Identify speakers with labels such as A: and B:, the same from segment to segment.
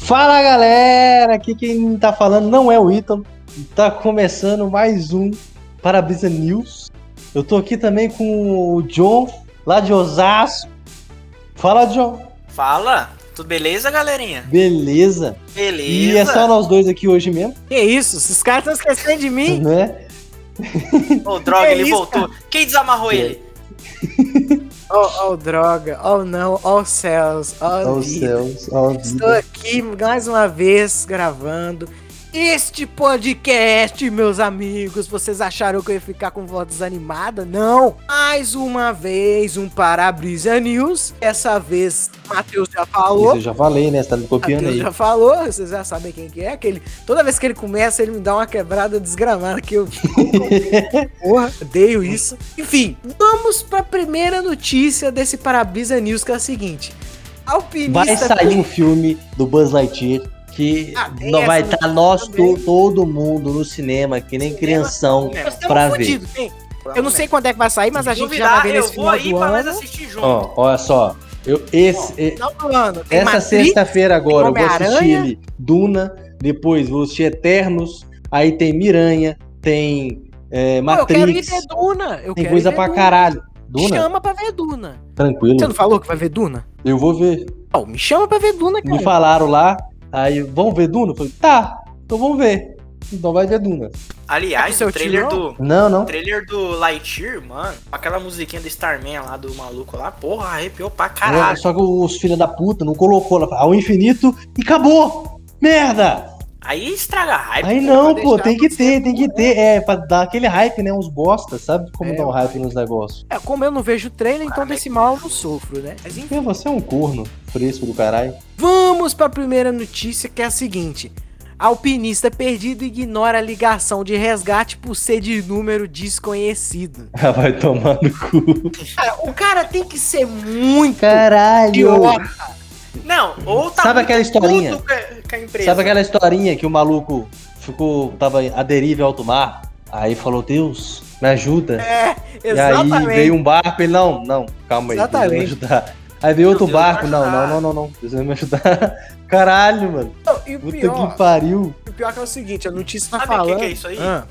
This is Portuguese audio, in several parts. A: Fala galera, aqui quem tá falando não é o Ítalo, tá começando mais um Parabrisa News. Eu tô aqui também com o John, lá de Osasco. Fala, John.
B: Fala, tudo beleza, galerinha?
A: Beleza.
B: Beleza.
A: E é só nós dois aqui hoje mesmo,
C: Que isso? Esses caras estão esquecendo de mim?
A: né?
B: Ô, droga,
C: Que
B: ele
C: isso,
B: voltou. Quem desamarrou ele?
C: Oh, oh, droga. Oh, não. Oh, céus. Oh,
A: Aos
C: vida.
A: céus, ao
C: Estou
A: vida.
C: aqui mais uma vez gravando este podcast, meus amigos. Vocês acharam que eu ia ficar com voz desanimada? Não! Mais uma vez, um Parabrisa News. Dessa vez, Matheus já
A: Isso
C: falou.
A: eu já falei, né? Você tá me copiando
C: Matheus
A: aí.
C: é já falou, vocês já sabem quem que é. Aquele, toda vez que ele começa, ele me dá uma quebrada desgramada que eu. Porra, odeio isso. Enfim, vamos pra primeira notícia desse Parabrisa News, que é a seguinte:
A: Vai
C: Alpinista.
A: sair um filme do Buzz Lightyear que
C: Ah, tem
A: não
C: essa
A: vai
C: notícia
A: estar nós,
C: também.
A: to- todo mundo no cinema, que nem crianção.
C: Nós estamos
A: pra ver.
C: fudidos, hein? Eu não sei quando é que vai sair, mas a
B: Se
C: gente
B: duvidar,
C: já vai ver
B: eu
C: nesse
B: vou
C: final
B: aí
C: do
B: pra nós
C: ano.
B: assistir junto.
A: Ó, olha só. Eu, esse, e-
C: Final do ano. Tem
A: essa
C: Matrix,
A: sexta-feira agora eu vou assistir
C: Homem-Aranha.
A: ele Duna, depois vou assistir Eternos, aí tem Miranha, tem é,
C: Pô, Eu quero ir
A: Matrix,
C: ver Duna. Eu
A: tem
C: quero
A: coisa
C: ir ver
A: pra
C: Duna.
A: caralho.
C: Me
A: Duna?
C: chama pra ver Duna. Você
A: Tranquilo.
C: não falou que vai ver Duna?
A: Eu vou ver.
C: Não, me chama pra ver Duna, cara.
A: Me falaram lá, aí vão ver Duna? Eu falei, tá, então vamos ver. Então vai ver Duna.
B: Aliás,
C: Esse é
B: o
C: o
B: trailer
C: Tirão?
B: do.
A: Não,
B: o
A: não.
B: trailer do Lightyear, mano, com aquela musiquinha do Starman lá, do maluco lá, porra, arrepiou pra
A: É,
B: caralho.
A: só que os filhos da puta não colocou lá ao infinito e acabou. Merda!
B: Aí estraga a hype.
A: Aí
B: pô.
A: não,
C: É, pra
A: pô,
C: deixar
A: tem que
C: você-
A: ter, tem que ter. É, pra dar aquele hype, né? Uns bosta, sabe como
C: É,
A: dá um
C: ué.
A: hype nos negócios.
C: É, como eu não vejo trailer, então
B: Cara,
C: desse
B: né?
C: mal eu não sofro, né? Mas enfim.
A: Porque você é um corno fresco do caralho.
C: Vamos pra primeira notícia que é a seguinte: Alpinista perdido ignora a ligação de resgate por ser de número desconhecido.
A: Ah, vai tomar no cu.
C: Cara, o cara tem que ser muito
A: Caralho!
C: idiota.
B: Não, ou tá
A: Sabe
B: muito
A: aquela historinha?
B: puto com a- com a empresa.
A: Sabe aquela historinha que o maluco ficou, tava à deriva em alto mar? Aí falou, Deus, me ajuda. E aí
C: Exatamente.
A: veio um barco, ele, não, não, calma aí, Deus vai me
C: Exatamente.
A: ajudar. Aí veio outro
B: Meu Deus, vai
A: barco, não,
B: ajudar.
A: não, não, não, não, Deus vai me ajudar. Caralho, mano.
C: Não, E o
A: Puta
C: pior,
A: que pariu.
C: o pior que é o seguinte: a notícia
B: Sabe
C: tá
B: o que,
C: falando.
B: que é isso aí?
C: Ah,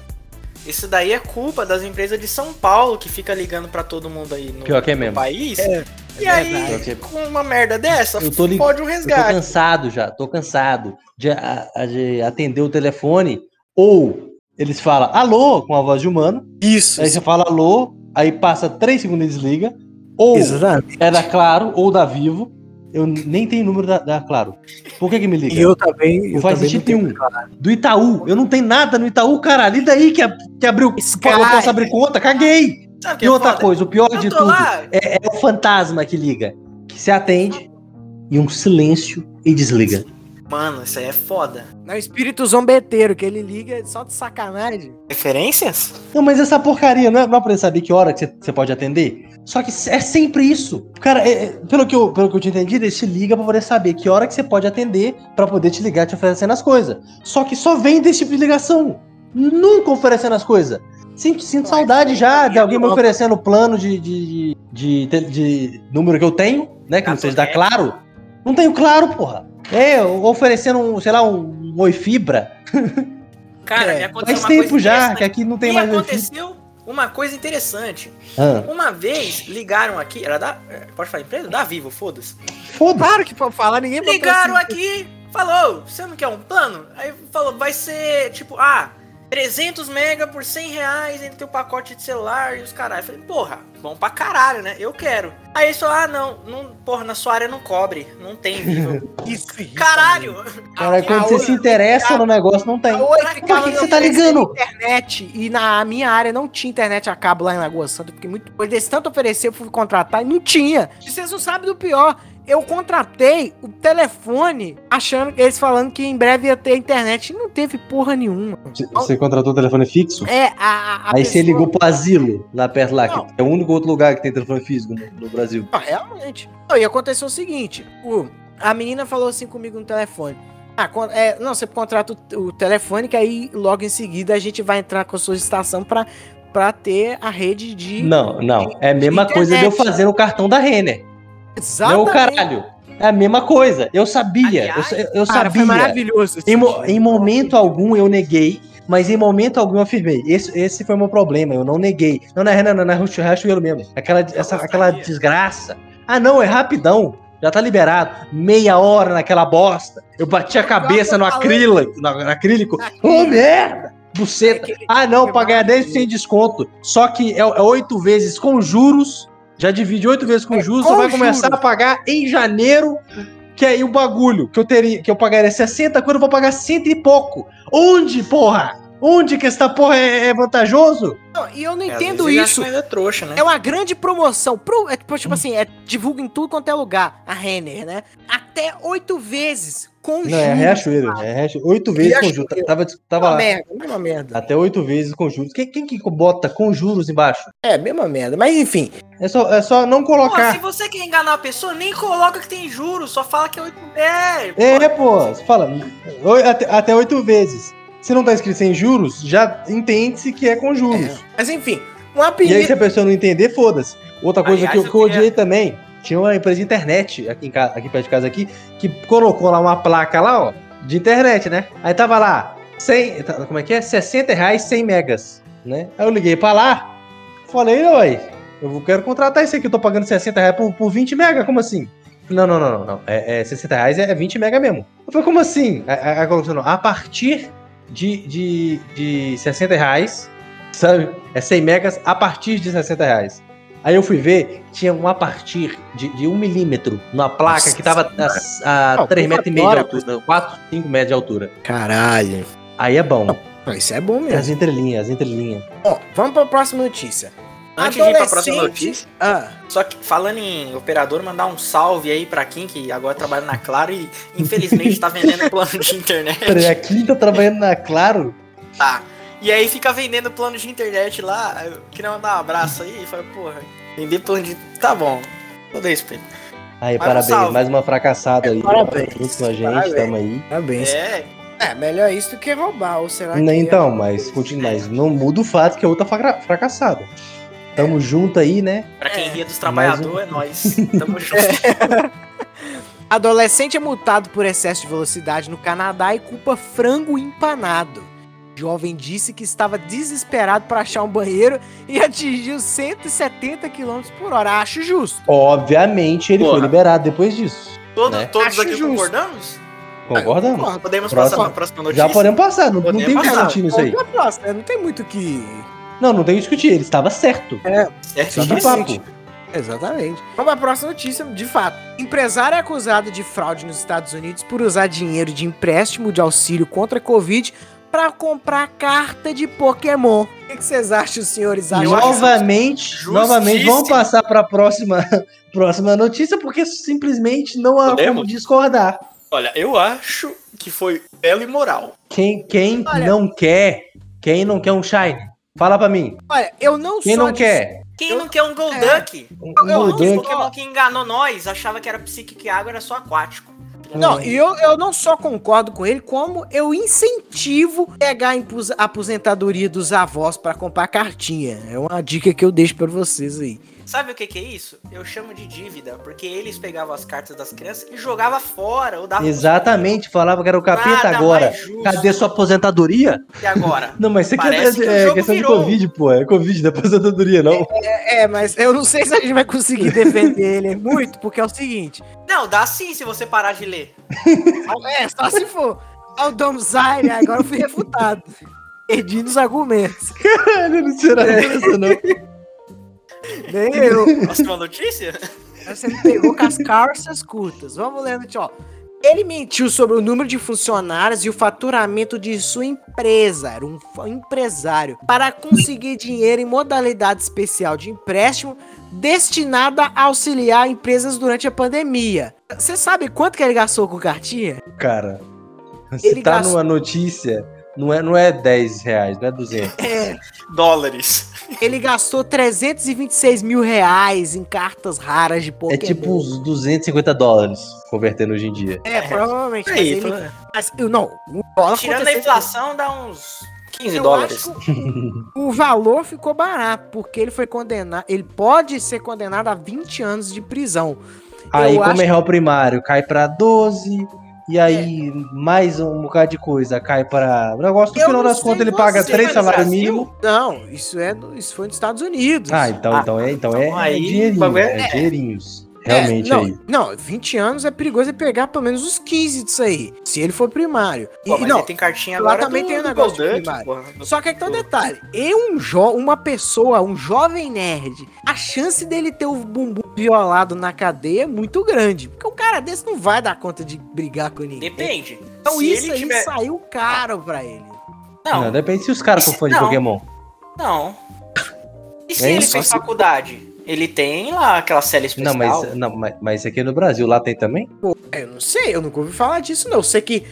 B: Isso daí é culpa das empresas de São Paulo que fica ligando pra todo mundo aí no,
A: Pior que é
B: no
A: mesmo.
B: país.
C: É,
B: e
C: é
B: aí,
A: verdade.
B: com uma merda dessa,
A: Eu tô lig-
B: pode um
A: Eu tô
B: resgate.
A: cansado já, tô cansado de, a- a- de atender o telefone ou eles falam alô com a voz de humano,
C: É Isso.
A: aí você fala alô, aí passa três segundos e desliga, ou
C: Exatamente.
A: é da Claro ou da Vivo, eu nem tenho número da, da Claro. Por que que me liga?
C: E eu também.
A: Não
C: eu
A: faz
C: também
A: sentido
C: não tenho
A: nenhum. Do Itaú, eu não tenho nada no Itaú, caralho, e daí que, a- que abriu,
C: Sky.
A: falou, posso abrir conta, caguei!
B: Sabe o que
A: E
B: é
A: outra
B: foda?
A: coisa, o pior de
B: Eu tô
A: tudo,
B: lá,
A: é o fantasma que liga, que se atende, e um silêncio e desliga.
B: Mano, isso aí é foda.
C: Não, espírito zombeteiro, que ele liga só de sacanagem.
B: Referências?
A: Não, mas essa porcaria, não é, não é pra ele saber que hora que você- você pode atender? Só que é sempre isso. Cara, é- é- pelo, que eu, pelo que eu te entendi, ele te liga pra poder saber que hora que você pode atender pra poder te ligar te oferecendo as coisas. Só que só vem desse tipo de ligação. Nunca oferecendo as coisas. Sinto, sinto saudade já de alguém me oferecendo o plano de, de, de, de- de número que eu tenho, né? Que não
B: é.
A: seja da Claro. Não tenho Claro, porra. É, oferecendo, um, sei lá, um Oi Fibra.
B: Cara,
C: É,
B: me aconteceu
A: Faz
B: uma
A: tempo
B: coisa
A: já,
B: interessante.
A: que aqui não tem
B: me
A: mais Oi Fibra.
B: aconteceu uma coisa interessante.
A: Ah,
B: Uma vez ligaram aqui, era da. é, Pode falar empresa? Da Vivo, foda-se.
A: Foda-se.
C: Claro que pra falar, ninguém botou
B: Ligaram
C: assim.
B: aqui, falou, você não quer um plano? Aí falou, vai ser tipo, ah, 300 mega por 100 reais entre o pacote de celular e os caralho. Eu falei, porra, bom pra caralho, né? Eu quero. Aí eles falaram, ah, não, não, porra, na sua área não cobre, não tem Vivo.
C: assim. Isso, isso.
B: caralho!
A: Cara, É
B: Aqui
A: quando
B: a
A: você
B: outra-
A: se interessa no negócio, não tem.
C: A Oi
B: Pra que
C: ficava
B: que você
C: me
A: tá
C: oferecendo
A: ligando?
C: Internet, e na minha área não tinha internet a cabo lá em Lagoa Santa, porque muito depois desse tanto oferecer, eu fui contratar e não tinha. E vocês não sabem do pior. Eu contratei o telefone achando eles falando que em breve ia ter internet e não teve porra nenhuma.
A: Você contratou um telefone fixo?
C: É, a, a
A: Aí você
C: pessoa-
A: ligou pro asilo lá perto lá,
C: Não.
A: que é o único outro lugar que tem telefone físico no, no Brasil.
C: Não, Ah, realmente. Não, e aconteceu o seguinte: o- a menina falou assim comigo no telefone. Ah, con- é, não, você contrata o, o telefone, que aí logo em seguida a gente vai entrar com a solicitação pra, pra ter a rede de.
A: Não, não. É a mesma
C: Internet.
A: coisa de eu fazer o cartão da Renner. Não é o
C: Exatamente.
A: caralho. É a mesma coisa. Eu sabia. Eu,
B: Aliás,
A: sa- eu- eu
C: Cara, foi
A: sabia.
C: maravilhoso. esse
A: Em, mo-
C: sentido.
A: em momento algum eu neguei, mas em momento algum eu afirmei. Esse, esse foi o meu problema, eu não neguei. Não, é, não, não, não, não, racho racho eu mesmo. Aquela, essa,
B: gostaria.
A: aquela desgraça. Ah, não, é rapidão. Já tá liberado. Meia hora naquela bosta. Eu bati a cabeça no acrílico. na- No, acrílico. Ô, merda! Buceta.
C: É aquele-
A: Ah, não, pagar 10% de desconto. Só que é, é oito vezes com juros. Já divide oito vezes com
C: É,
A: juros.
C: com
A: Você vai começar
C: juros.
A: a pagar em janeiro. Que é aí o bagulho que eu teria, que eu pagaria 60, quando eu vou pagar 100 e pouco. Onde, porra? Onde que essa porra é, é vantajoso?
C: Não, E eu não
B: É, às
C: entendo
B: vezes ele acha
C: isso.
B: que ainda é trouxa, né?
C: É uma grande promoção. Pro, é, tipo, tipo assim, é, divulga em tudo quanto é lugar. A Renner, né? Até oito vezes. Com
A: Não, é
C: juros.
A: Riachuelo. É Riachuelo. Oito vezes com
C: Riachuelo.
A: juros. Tava, tava
C: Mesma
A: lá.
C: merda, mesma merda.
A: Até oito vezes com juros. Quem, quem que bota com juros embaixo?
C: É, mesma merda. Mas enfim.
A: É só, é só não
B: Pô, se
A: colocar.
B: você quer enganar a pessoa, nem coloca que tem juros, só fala que é 8. É,
A: É, pô, você fala oi- até, até oito vezes. Se não tá escrito sem juros, já entende-se que é com juros.
C: Mas enfim. Um
A: E aí, se
C: apelido.
A: a pessoa não entender, foda-se. Outra coisa
B: Aliás,
A: que, eu,
B: eu
A: que eu
B: queria-
A: odiei também, tinha uma empresa de internet aqui, em casa, aqui perto de casa aqui, que colocou lá uma placa lá, ó, de internet, né? Aí tava lá, 100, tá- como é que é? 60 reais, 100 megas, né? Aí eu liguei pra lá, falei, oi, eu quero contratar isso aqui, eu tô pagando 60 reais por, por 20 mega, como assim? Não, não, não, não, não. É, é 60 reais é 20 mega mesmo. Eu falei, como assim? Aí- Aí aí colocou, não, a partir de, de, de 60 reais, sabe? É 100 megas a partir de 60 reais. Aí eu fui ver, tinha um a partir de, de 1 milímetro numa placa
C: Nossa
A: que tava a, a
C: Não,
A: 3 metros e meio de
C: agora,
A: altura, 4, 5 metros de altura.
C: Caralho.
A: Aí é bom.
C: Não, Isso é bom
A: Tem
C: mesmo.
A: As entrelinhas, as entrelinhas.
C: Ó, vamos pra próxima notícia.
B: Antes de ir pra próxima
C: Adolescente-
B: notícia,
C: Ah,
B: só que falando em operador, mandar um salve aí pra quem que agora trabalha na Claro e infelizmente tá vendendo plano de
A: Peraí,
C: É
B: internet.
A: a Kim tá trabalhando na Claro?
B: Tá. E aí fica vendendo plano de internet lá. Eu queria mandar um abraço aí e falar, porra, vender plano de. Tá bom. Todo respeito.
A: Aí,
B: Mas um
A: parabéns,
B: salve.
A: mais uma fracassada aí.
C: É, parabéns,
A: Junto com a gente,
C: parabéns.
A: tamo aí.
C: parabéns.
B: É,
C: É, melhor isso do que roubar, ou será que... é?
A: Não, então, mas, continua, mas não muda o fato que a outra fra- fracassada. Tamo
C: É.
A: junto aí, né?
B: pra quem ria
A: Mais
B: dos
A: um.
B: trabalhadores, é nóis. Tamo junto.
C: Adolescente é multado por excesso de velocidade no Canadá e culpa frango empanado. Jovem disse que estava desesperado para achar um banheiro e atingiu 170 km por hora. Acho justo.
A: Obviamente ele
B: Porra.
A: foi liberado depois disso.
B: Todos,
A: Né?
B: todos
C: Acho
B: aqui
C: justo.
B: concordamos? Então
A: Concordamos?
C: Ah,
B: Podemos
A: Próximo.
B: passar pra próxima notícia?
A: Já podemos passar, não, não
B: Podemos
A: tem o que
B: passar.
A: discutir nisso Tá aí.
C: Vamos pra próxima, né? Não tem muito o que.
A: Não, não tem o que discutir, ele estava certo.
B: Certo,
A: Fim de
B: isso.
A: papo.
C: Exatamente. Vamos para a próxima notícia, de fato. Empresário é acusado de fraude nos Estados Unidos por usar dinheiro de empréstimo de auxílio contra a Covid para comprar carta de Pokémon. O que que vocês acham, senhores? Acham que isso-
A: Novamente,
B: justíssimo.
A: novamente, vamos passar para a próxima, próxima notícia, porque simplesmente não há como
B: Podemos?
A: discordar.
B: Olha, eu acho que foi belo e moral.
A: Quem, quem
C: Olha-
A: não quer, quem não quer um Shine? Fala pra mim.
C: Olha, eu não
A: Quem
C: sou
A: não quer?
B: Quem
C: Eu-
B: não quer um Golduck?
A: Um
C: Eu- eu-
B: Não, esse
A: Golduck.
B: Pokémon que enganou nós achava que era psíquico e água, era só aquático.
C: Não,
A: É.
C: e eu, eu não só concordo com ele, como eu incentivo pegar a impus- a aposentadoria dos avós pra comprar cartinha. É uma dica que eu deixo pra vocês aí.
B: Sabe o que, que é isso? Eu chamo de dívida, porque eles pegavam as cartas das crianças e jogavam fora ou davam.
A: Exatamente, falava que era o capeta
B: Nada
A: agora.
B: mais justo.
A: Cadê sua aposentadoria?
B: E agora?
A: Não, mas isso aqui é,
B: Parece que o
A: é
B: jogo
A: questão
B: virou.
A: de Covid, pô. É Covid da aposentadoria, não.
C: É, mas eu não sei se a gente vai conseguir defender ele muito, porque é o seguinte.
B: Não, dá sim se você parar de ler.
C: É, só se for. Ao Domzai, né? agora eu fui refutado. Perdi nos argumentos.
B: É.
A: Caralho, não será essa, não.
C: Nem eu.
B: Próxima notícia?
C: Você me pegou com as calças curtas. Vamos lendo, tio. Ele mentiu sobre o número de funcionários e o faturamento de sua empresa. Era um fa- empresário. Para conseguir dinheiro em modalidade especial de empréstimo destinada a auxiliar empresas durante a pandemia. Você sabe quanto que ele gastou com cartinha?
A: Cara, você
C: Ele
A: tá
C: gastou-
A: numa notícia, não é, não é 10 reais, não é 200.
C: É,
B: Dólares.
C: ele gastou 326 mil reais em cartas raras de Pokémon.
A: É tipo uns 250 dólares, convertendo hoje em dia.
C: É, provavelmente. Mas,
B: Aí,
C: ele, mas, eu- não, o dólar
B: né? tirando a
C: aconteceu-
B: inflação, dá uns 15
C: Eu
B: dólares.
C: acho que o o valor ficou barato, porque ele foi condenado. Ele pode ser condenado a 20 anos de prisão.
A: Aí,
C: Eu
A: como
C: acho-
A: é real primário, cai pra 12. E aí, mais um bocado de coisa, cai pra. O negócio, no
B: É. Eu
A: final
B: não
A: das
B: sei
A: contas, ele
B: você,
A: paga
B: mas
A: três
B: no
A: salários
B: Brasil-
A: mínimos.
C: Não, isso, é, do- isso foi nos Estados Unidos.
A: Ah, então, então é, então é,
B: então aí,
A: é dinheirinho,
B: bagulho
A: é, dinheirinhos. Realmente
C: É, não,
A: aí.
C: Não, 20 anos é perigoso é pegar pelo menos uns 15 disso aí. Se ele for primário. E,
B: Pô, mas
C: não,
B: ele tem cartinha
C: lá
B: agora
C: também
B: do-
C: tem um
B: do
C: negócio de
B: Golduck,
C: primário.
B: porra, do-
C: Só que aqui tem um
B: do-
C: detalhe. E um jo uma pessoa, um jovem nerd, a chance dele ter o bumbum violado na cadeia é muito grande. Porque um cara desse não vai dar conta de brigar com ninguém.
B: Depende.
C: Então
B: Se
C: isso
B: ele
C: aí
B: tiver-
C: saiu caro pra ele.
A: Não,
B: Não, não.
A: depende se os caras for fã de
B: Não.
A: Pokémon.
B: E se
A: É
B: ele
A: isso,
B: fez
A: assim.
B: faculdade? Ele tem lá aquela série especial.
A: Não, mas, eh, não mas, mas aqui é no Brasil, lá tem também?
C: É, Eu não sei, eu nunca ouvi falar disso, não. Eu sei que,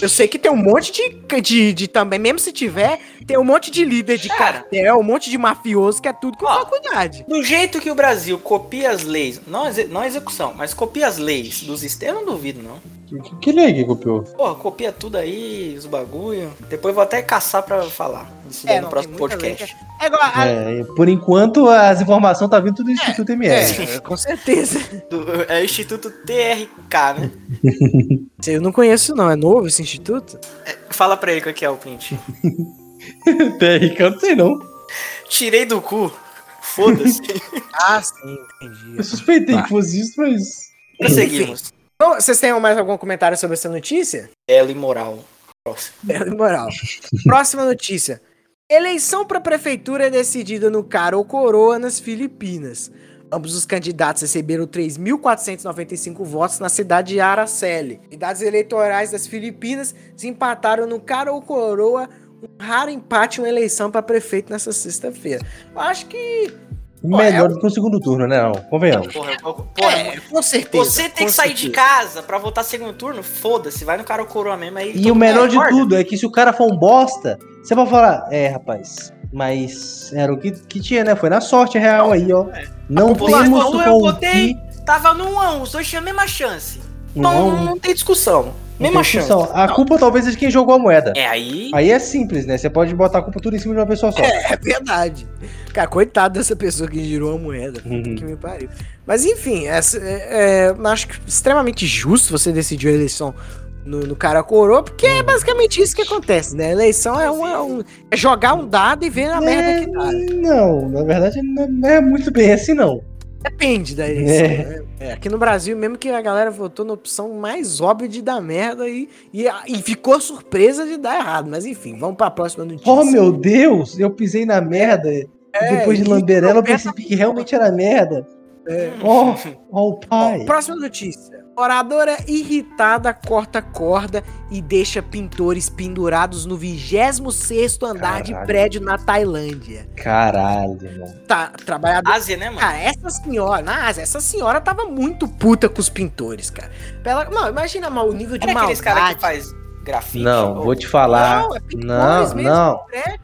C: eu sei que tem um monte de, de, de também, mesmo se tiver, tem um monte de líder de
B: Cara.
C: cartel, um monte de mafioso que é tudo com
B: Ó.
C: faculdade.
B: Do jeito que o Brasil copia as leis, não, exe- não a execução, mas copia as leis dos sistemas, eu não duvido, não.
A: Que, que lei que copiou?
B: Porra, copia tudo aí, os bagulho. Depois eu vou até caçar pra falar disso
C: É,
B: daí
C: não,
B: no próximo
C: tem muita lei
B: podcast.
C: É igual.
B: Ah.
C: a-
A: É, por enquanto, as informações tá vindo do Instituto ML.
C: é, com certeza.
B: Do- é o Instituto TRK, né?
C: Isso aí Eu não conheço, não. É novo esse instituto?
B: Fala pra ele qual que é o print.
A: TRK, eu não sei não.
B: Tirei do cu. Foda-se.
C: Ah, sim, entendi.
A: Eu suspeitei
B: Tá.
A: que fosse isso, mas.
B: Prosseguimos.
C: Então, vocês têm mais algum comentário sobre essa notícia?
B: Ela imoral. Próximo.
C: É, na moral. Próxima notícia. Eleição para prefeitura é decidida no Caro ou Coroa, nas Filipinas. Ambos os candidatos receberam 3.495 votos na cidade de Araceli. Unidades eleitorais das Filipinas se empataram no Caro ou Coroa, um raro empate, uma eleição para prefeito nessa sexta-feira. Eu acho que.
B: é
A: Melhor do que o segundo turno, né? Não, convenhamos.
B: Porra, eu- porra,
C: é, com certeza.
B: Você tem
C: com
B: que sair de
C: certeza.
B: casa pra votar segundo turno? Foda-se, vai no cara ou coroa mesmo aí.
A: E
B: todo
A: o
B: mundo
A: melhor de
B: concorda.
A: tudo é que se o cara for um bosta, você vai falar, é, rapaz, mas era o que, que tinha, né? Foi na sorte real aí, ó. Não
B: É. população,
A: temos
B: eu
A: com o
B: votei.
A: que...
B: Tava no 1 a 1, os dois tinham a mesma chance. Então
A: Não,
B: não, tem discussão.
A: não
B: mesma
A: tem
B: chance.
A: discussão. A culpa talvez seja de quem jogou a moeda.
B: É aí.
A: Aí é simples, né? Você pode botar a culpa tudo em cima de uma pessoa só.
C: É verdade. Cara, coitado dessa pessoa que girou a moeda. puta
A: Uhum.
C: Que me pariu. Mas enfim, essa, é, é, eu acho que extremamente justo você decidir a eleição no, no cara coroa, porque é basicamente isso que acontece, né? A eleição é, um, é um- é jogar um dado e ver a merda que tá. dá.
A: É, não, na verdade não não é muito bem assim, não.
C: Depende da eleição. né? É, aqui no Brasil, mesmo que a galera votou na opção mais óbvia de dar merda e, e, e ficou surpresa de dar errado. Mas enfim, vamos pra próxima notícia.
A: Oh, meu Deus, eu pisei na merda.
C: É,
A: Depois de
C: e-
A: lamber ela, eu
C: tropeça
A: percebi que realmente era merda.
C: É.
B: hum,
A: Oh, oh, pai.
C: Bom, próxima notícia. Moradora irritada corta corda e deixa pintores pendurados no 26º andar de
A: Caralho.
C: prédio na Tailândia.
A: Caralho, mano.
C: Tá, trabalhadora.
B: Ásia, né, mano?
C: Cara, essa senhora, na Ásia, essa senhora tava muito puta com os pintores, cara. Ela, não, imagina mal, o nível de
B: Era é aqueles caras que
C: maldade.
B: faz grafite.
A: Não,
B: ou-
A: vou te falar.
C: Não, é pintores
A: Não,
C: mesmo,
A: não.
C: né?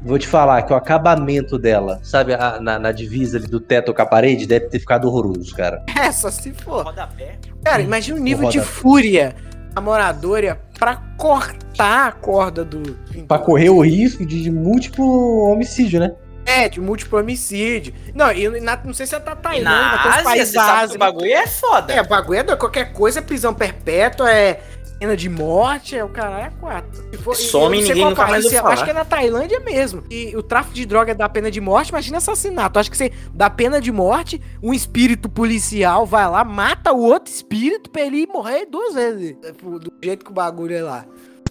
A: Vou te falar que o acabamento dela, sabe, a- na, na divisa ali do teto com a parede, deve ter ficado horroroso, cara.
C: É, só se for.
B: Rodapé.
C: Cara, imagina o nível de
A: Hum, rodar.
C: fúria da moradora pra cortar a corda do
A: Pra
C: pintor.
A: correr o risco de, de múltiplo homicídio, né?
C: É, de múltiplo homicídio. Não, e na- não sei se é da
B: E
C: Tailândia,
B: na
C: aqueles
B: Ásia,
C: países
B: você
C: da
B: sabe que
C: Ásia.
B: o bagulho é foda.
C: É, bagulho é doido, qualquer coisa, é prisão perpétua, é pena de morte, é o caralho é quatro. Se for- e-
B: Some
C: eu não sei
B: ninguém
C: qual
B: nunca mais
C: país,
B: ouve
C: eu
B: falar.
C: Acho que é na Tailândia mesmo. E o tráfico de droga dá pena de morte, imagina assassinato. Acho que você dá pena de morte, um espírito policial vai lá, mata o outro espírito pra ele ir morrer duas vezes. É, pô, Do jeito que o bagulho é lá.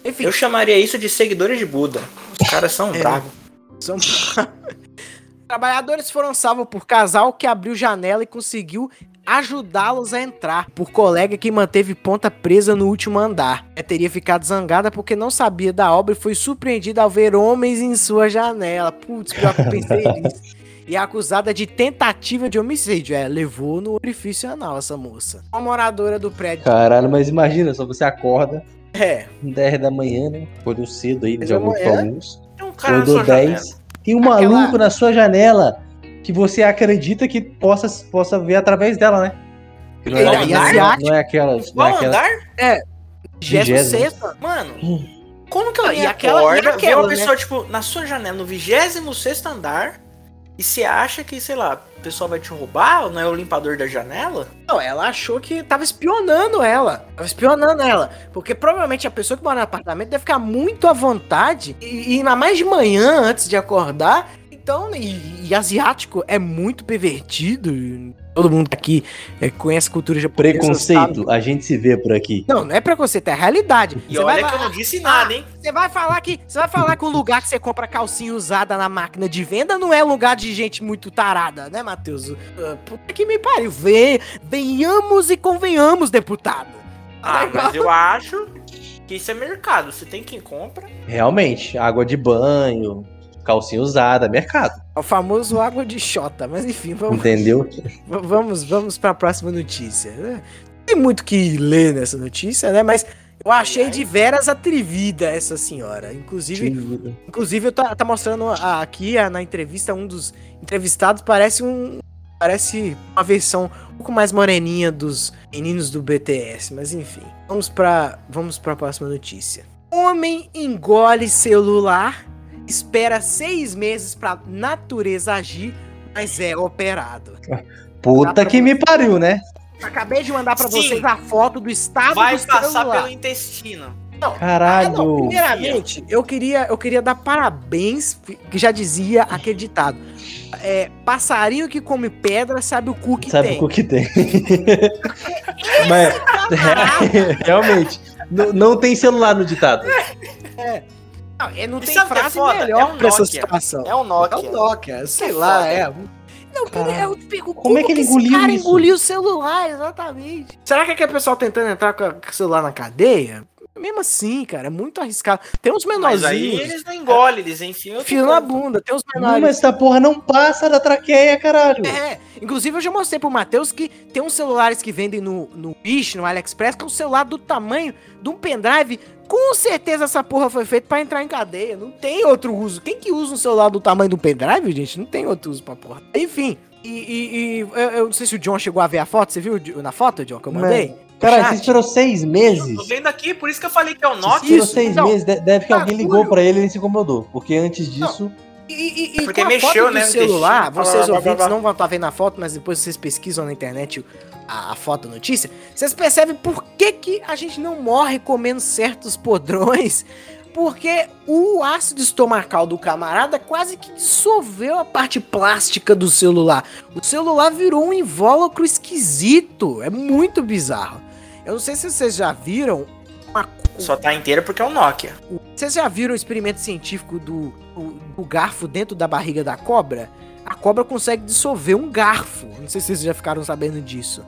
C: Enfim,
B: Eu chamaria isso de seguidores de Buda. Os caras são
C: É.
B: bravos.
C: São Trabalhadores foram salvos por casal que abriu janela e conseguiu ajudá-los a entrar, por colega que manteve ponta presa no último andar. Ela teria ficado zangada porque não sabia da obra e foi surpreendida ao ver homens em sua janela. Putz, pior que eu pensei nisso. E é acusada de tentativa de homicídio. É, levou no orifício anal essa moça. Uma moradora do prédio.
A: Caralho, mas imagina, só você acorda
C: É,
A: 10 da manhã, né? Acordou cedo aí,
C: Dez
B: é
A: de
C: da
A: alguns
C: manhã.
A: alguns.
B: Tem um cara na
A: Acordou
B: sua
A: 10.
B: janela.
A: Tem um
C: Aquela-
A: maluco na sua janela que você acredita que possa, possa ver através dela, né? Que não, é,
B: Ele
A: não,
B: é
A: não,
C: asiático.
A: não é aquelas. Não é
B: Qual
A: aquelas
B: andar?
C: gesto
A: Vigésimo.
C: sexto.
B: Mano,
C: Como que ela
B: e aquela, e aquela, vê uma pessoa, tipo, na sua janela, no 26 andar, E você acha que, sei lá, o pessoal vai te roubar? Não é o limpador da janela?
C: Não, ela achou que tava espionando ela. Tava espionando ela. Porque provavelmente a pessoa que mora no apartamento deve ficar muito à vontade. E, e ainda mais de manhã, antes de acordar. Então, e, e asiático é muito pervertido. e Todo mundo aqui é, conhece cultura japonesa. sabe?
A: Preconceito, a gente se vê por aqui.
C: Não, não é preconceito, é realidade.
B: E
C: Você vai
B: olha
C: lá-
B: que eu não disse nada, hein?
C: você vai falar que você vai falar que o lugar que você compra calcinha usada na máquina de venda não é lugar de gente muito tarada, né, Matheus? Ah, Puta que me pariu. Vem, venhamos e convenhamos, deputado.
B: Ah, mas eu acho que isso é mercado. Você tem quem compra.
A: Realmente, água de banho, calcinha usada, mercado.
C: É O famoso água de xota, mas enfim, vamos
A: Entendeu?
C: V- Vamos, vamos para a próxima notícia. né? Tem muito que ler nessa notícia, né? Mas eu achei de veras atrevida essa senhora. Inclusive, inclusive eu tá, tá mostrando a- aqui a- na entrevista um dos entrevistados parece um parece uma versão um pouco mais moreninha dos meninos do BTS, mas enfim. Vamos para vamos para a próxima notícia. Homem engole celular, espera seis meses para natureza agir, mas é operado.
A: Puta que me pariu, né?
C: Acabei de mandar pra
B: Sim.
C: vocês a foto do estado
B: Vai
C: do
B: passar
C: celular.
B: pelo intestino.
C: Ah, não,
A: Caralho.
C: primeiramente, eu queria, eu queria dar parabéns, que já dizia aquele ditado. É, passarinho que come pedra sabe o cu que
A: Sabe
C: tem.
A: o que tem? Mas,
C: Ah,
A: é, realmente, não, não tem celular no ditado.
C: É, Não, é, não
B: E
C: tem
B: sabe o que é
C: frase
B: foda?
C: melhor
B: É um
C: pra essa
B: Nokia.
C: situação.
B: É um
C: É
B: Nokia.
C: um Nokia, sei
B: Isso é
C: lá,
B: foda.
C: é. Não, pera,
A: Caralho.
C: eu fico, como,
A: é que ele
C: esse
A: engoliu
C: cara
A: isso?
C: engoliu o celular, exatamente. Será que é aquele pessoal tentando entrar com a- com o celular na cadeia? Mesmo assim, cara, é muito arriscado. Tem uns
B: Mas
C: menorzinhos.
B: aí eles não engolem, eles enfiam.
C: Fio na bunda, tem os
A: Não,
C: menores.
A: mas essa porra não passa da traqueia, caralho.
C: É, inclusive eu já mostrei pro Matheus que tem uns celulares que vendem no, no Wish, no AliExpress, que é um celular do tamanho de um pendrive. Com certeza essa porra foi feita pra entrar em cadeia. Não tem outro uso. Quem que usa um celular do tamanho de um pendrive, gente? Não tem outro uso pra porra. Enfim, e, e- e eu, eu não sei se o John chegou a ver a foto. Você viu na foto, John, que eu
A: Não.
C: mandei?
A: Caralho,
C: Chat?
A: você esperou seis meses?
B: Tô vendo aqui, por isso que eu falei que é o
A: Você
B: Nokia.
A: esperou
C: Isso,
A: seis
C: então,
A: meses, de- deve que alguém
C: bagulho.
A: ligou pra ele e ele se incomodou. Porque antes disso,
C: E, e, e
B: Porque
C: com a
B: mexeu,
C: foto do
B: né, no
C: celular,
B: intestino. Blá,
C: vocês
B: blá, blá,
C: ouvintes
B: blá, blá.
C: não vão estar vendo a foto, mas depois vocês pesquisam na internet a, a foto, a notícia, vocês percebem por que, que a gente não morre comendo certos podrões, porque o ácido estomacal do camarada quase que dissolveu a parte plástica do celular. O celular virou um invólucro esquisito, é muito bizarro. Eu não sei se vocês já viram uma...
B: Só tá inteiro porque é o Nokia.
C: Vocês já viram o experimento científico do, do, do garfo dentro da barriga da cobra? A cobra consegue dissolver um garfo. Não sei se vocês já ficaram sabendo disso.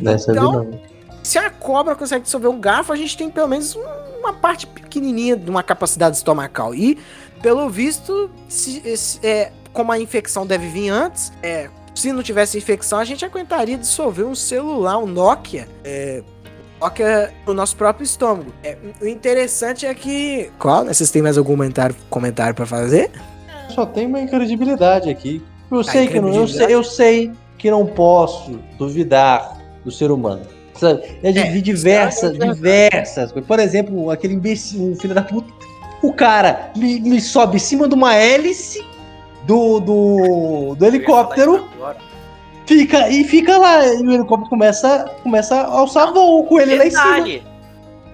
A: dessa
C: Então,
A: vez não.
C: Se a cobra consegue dissolver um garfo, a gente tem pelo menos um- uma parte pequenininha de uma capacidade estomacal. E, pelo visto, se, esse- é, como a infecção deve vir antes, é, se não tivesse infecção, a gente aguentaria dissolver um celular, um Nokia. é, Nokia pro nosso próprio estômago. É, o interessante é que. Qual? Né? Vocês têm mais algum comentário, comentário para fazer?
A: Só tem uma incredibilidade aqui. Eu sei que não, eu
C: incredibilidade?
A: sei, eu sei que não posso duvidar do ser humano. Sabe? É de, de diversas,
C: isso é verdade.
A: diversas coisas. Por exemplo, aquele imbecil, o filho da puta. O cara me, me sobe em cima de uma hélice do, do, do helicóptero. Fica, e fica lá, e o helicóptero começa, começa a alçar voo com ele lá em cima.
B: Detalhe.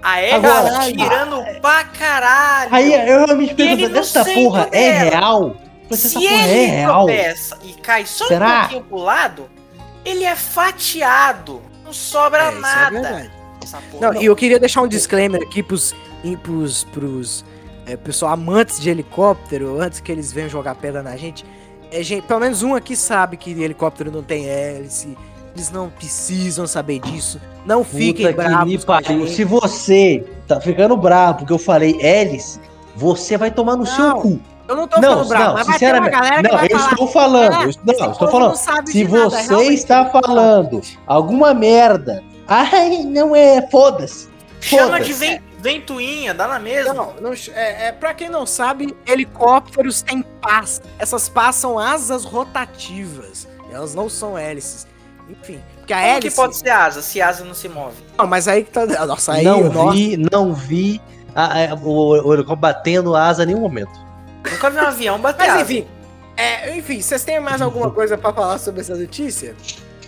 B: A
A: Agora-
B: Eva tirando pra caralho.
A: Aí eu realmente
B: Ele
A: pergunto,
B: não
A: essa
B: sente
A: porra é
B: dela.
A: real? Se essa
B: Se
A: porra é
B: ele
A: real?
B: tropeça e cai só um
A: Será?
B: pouquinho pro lado, ele é fatiado. Não sobra
C: É, isso
B: nada.
C: verdade.
B: Essa porra.
C: Não, e eu queria deixar um disclaimer aqui pros, e pros, pros é, pessoal amantes de helicóptero, antes que eles venham jogar pedra na gente. É, gente, pelo menos um aqui sabe que helicóptero não tem hélice. Eles não precisam saber disso. Não fiquem
A: Puta que me
C: bravos. com a
A: pariu.
C: gente.
A: Se você tá ficando bravo porque eu falei hélice, você vai tomar no seu
C: Não,
A: cu.
C: Eu não tô
A: não,
C: falando bravo,
A: não,
C: mas vai ter uma
A: sinceramente.
C: galera que
A: não,
C: vai
A: eu
C: falar.
A: estou falando.
C: "Ah,
A: eu- não,
C: esse
A: eu estou
C: povo
A: falando.
C: sabe
A: Se
C: de nada",
A: você
C: realmente.
A: está falando alguma merda, ai, não é, foda-se.
B: Chama
A: foda-se.
B: de ven- ventoinha, dá na mesma.
C: Não, não, é, é, pra quem não sabe, helicópteros têm pás. Essas pás são asas rotativas. Elas não são hélices. Enfim, porque a
B: Como
C: hélice...
B: que pode ser asa se asa não se move?
C: Não, mas aí que tá... Nossa, aí...
A: não
C: nossa,
A: vi, não vi a- a- o, o helicóptero batendo asa em nenhum momento.
B: Nunca vi um avião bater
C: Mas
B: asa.
C: enfim, é, É, enfim, vocês têm mais alguma coisa pra falar sobre essa notícia?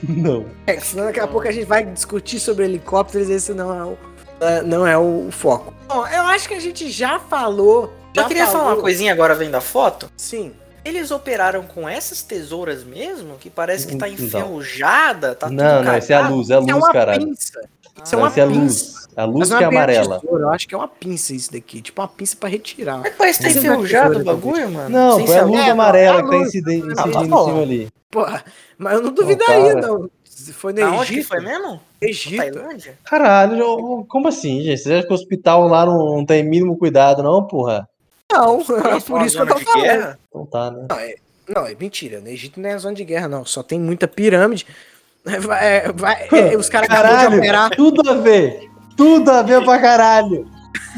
A: Não.
C: É, que senão daqui a pouco a gente vai discutir sobre helicópteros, esse não é o, ah, não é o foco. Bom, eu acho que a gente já falou. Já
B: Eu queria falar
C: falou-
B: uma coisinha agora vendo a foto.
C: Sim.
B: Eles operaram com essas tesouras mesmo? Que parece que tá
A: Não.
B: enferrujada, tá
A: Então. não,
B: tudo
A: não, isso é a
B: cagado?
A: luz, é a
C: Isso é
A: luz,
C: uma
A: caralho.
C: pinça. Isso é
A: Não,
C: uma
A: Isso é a
C: pinça.
A: luz. A
C: Mas
A: luz
C: não
A: que é
C: uma pinça de
A: amarela.
C: tesoura, Eu acho que é uma pinça isso daqui. Tipo uma pinça pra retirar.
B: Como é que parece que tá
C: Isso é
B: enferrujado o
C: tesoura,
B: bagulho, mano?
A: Não,
B: Sem
A: foi a
B: saber.
A: luz
C: é,
A: amarela
C: não,
A: que tá
C: a luz.
A: incidente,
C: Ah, tá
A: incidindo em
C: bom.
A: cima ali.
C: Porra, mas eu não duvidaria,
A: cara.
C: não. Se Foi no
B: Na
C: Egito.
B: onde que foi mesmo? Tá né? Na
C: Egito.
B: Tailândia?
A: Caralho, eu- como assim, gente? Você acha que o hospital lá não, não tem mínimo cuidado, não, porra?
C: Não, é por isso que eu
B: Zona
C: tô
B: de guerra?
C: falando.
A: Então tá, né?
C: Não, é mentira. No Egito não é zona de guerra, não. Só tem muita pirâmide. Vai- é, vai- é, os caras acabaram de
A: Caralho,
C: operar.
A: tudo a ver. Tudo a ver pra caralho.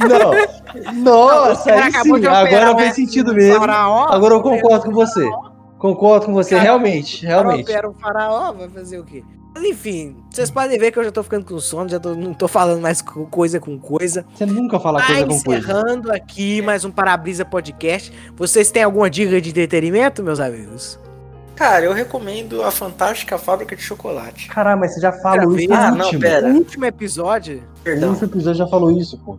A: Não.
C: o
A: Nossa,
C: cara
A: aí
C: acabou
A: sim,
C: de operar,
A: agora
C: né?
A: fez sentido mesmo.
C: Faraó,
A: Agora eu concordo com você. Concordo com você,
C: Cara,
A: realmente, realmente.
C: Opera o faraó, vai fazer o quê? Mas enfim, vocês podem ver que eu já tô ficando com sono, já tô- não tô falando mais co- coisa com coisa.
A: Você nunca fala
C: Vai
A: coisa com coisa.
C: Tá encerrando aqui mais um Parabrisa Podcast. Vocês têm alguma dica de entretenimento, meus amigos?
B: Cara, eu recomendo a Fantástica Fábrica de Chocolate.
A: Caralho, mas você já
C: Outra
A: falou isso
C: vez?
A: no
B: Ah, não,
A: último.
B: pera.
C: No último episódio,
A: No
B: Perdão.
A: último episódio já falou isso, pô.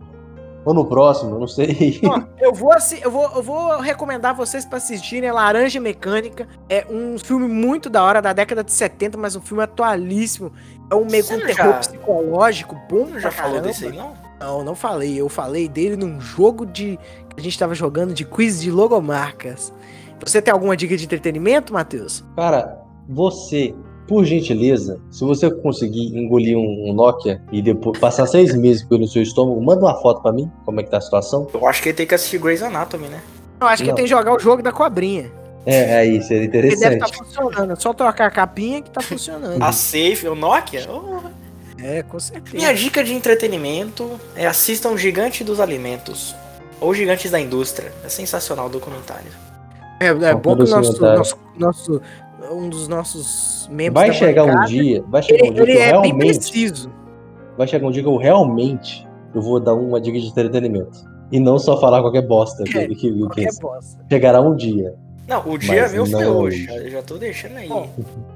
A: Ou no próximo, eu não sei.
C: ó, eu, vou, assi- eu, vou, eu vou recomendar vocês pra assistirem Laranja Mecânica. É um filme muito da hora, da década de 70, mas um filme atualíssimo. É um meio
B: Você
C: com
B: não
C: terror
B: já-
C: psicológico bom.
B: Não já
C: pra
B: falou
C: caramba.
B: desse aí, não?
C: Não, não falei. Eu falei dele num jogo de. que A gente tava jogando de quiz de logomarcas. Você tem alguma dica de entretenimento, Matheus?
A: Cara, você, por gentileza, se você conseguir engolir um, um Nokia e depois passar seis meses pelo seu estômago, manda uma foto pra mim, como é que tá a situação.
B: Eu acho que ele tem que assistir Grey's Anatomy, né?
C: Eu acho que
A: Não.
C: tem que jogar o jogo da cobrinha.
A: É, aí, seria
C: Ele deve tá
A: interessante.
C: estar funcionando. É só trocar a capinha que tá funcionando.
B: A Safe, o Nokia. Oh.
A: Ah.
C: é, com certeza.
B: Minha dica de entretenimento é assistam Gigante dos Alimentos. Ou Gigantes da Indústria. É sensacional o documentário.
C: É, é bom que o
A: Produção
C: nosso,
A: otário.
C: nosso, nosso- um dos nossos membros.
A: Vai
C: da
A: chegar um
C: bancada,
A: dia, vai chegar um
C: tá Ele,
A: dia que
C: ele
A: eu
C: é bem
A: realmente,
C: preciso.
A: vai chegar um dia que eu realmente eu vou dar uma dica de entretenimento. E não só falar qualquer bosta que, que, que,
C: Qualquer bosta.
A: chegará um dia.
B: Não, o dia
A: Mas
B: meu foi
A: não.
B: hoje. Eu já tô deixando aí.
C: Bom,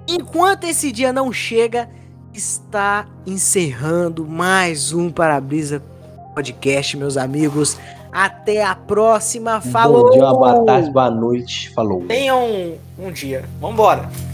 C: Enquanto esse dia não chega, está encerrando mais um Parabrisa Podcast, meus amigos. Até a
A: um
C: próxima. Falou!
A: Bom dia, uma boa tarde, boa noite. Falou.
B: Tenham um, um dia. Vambora.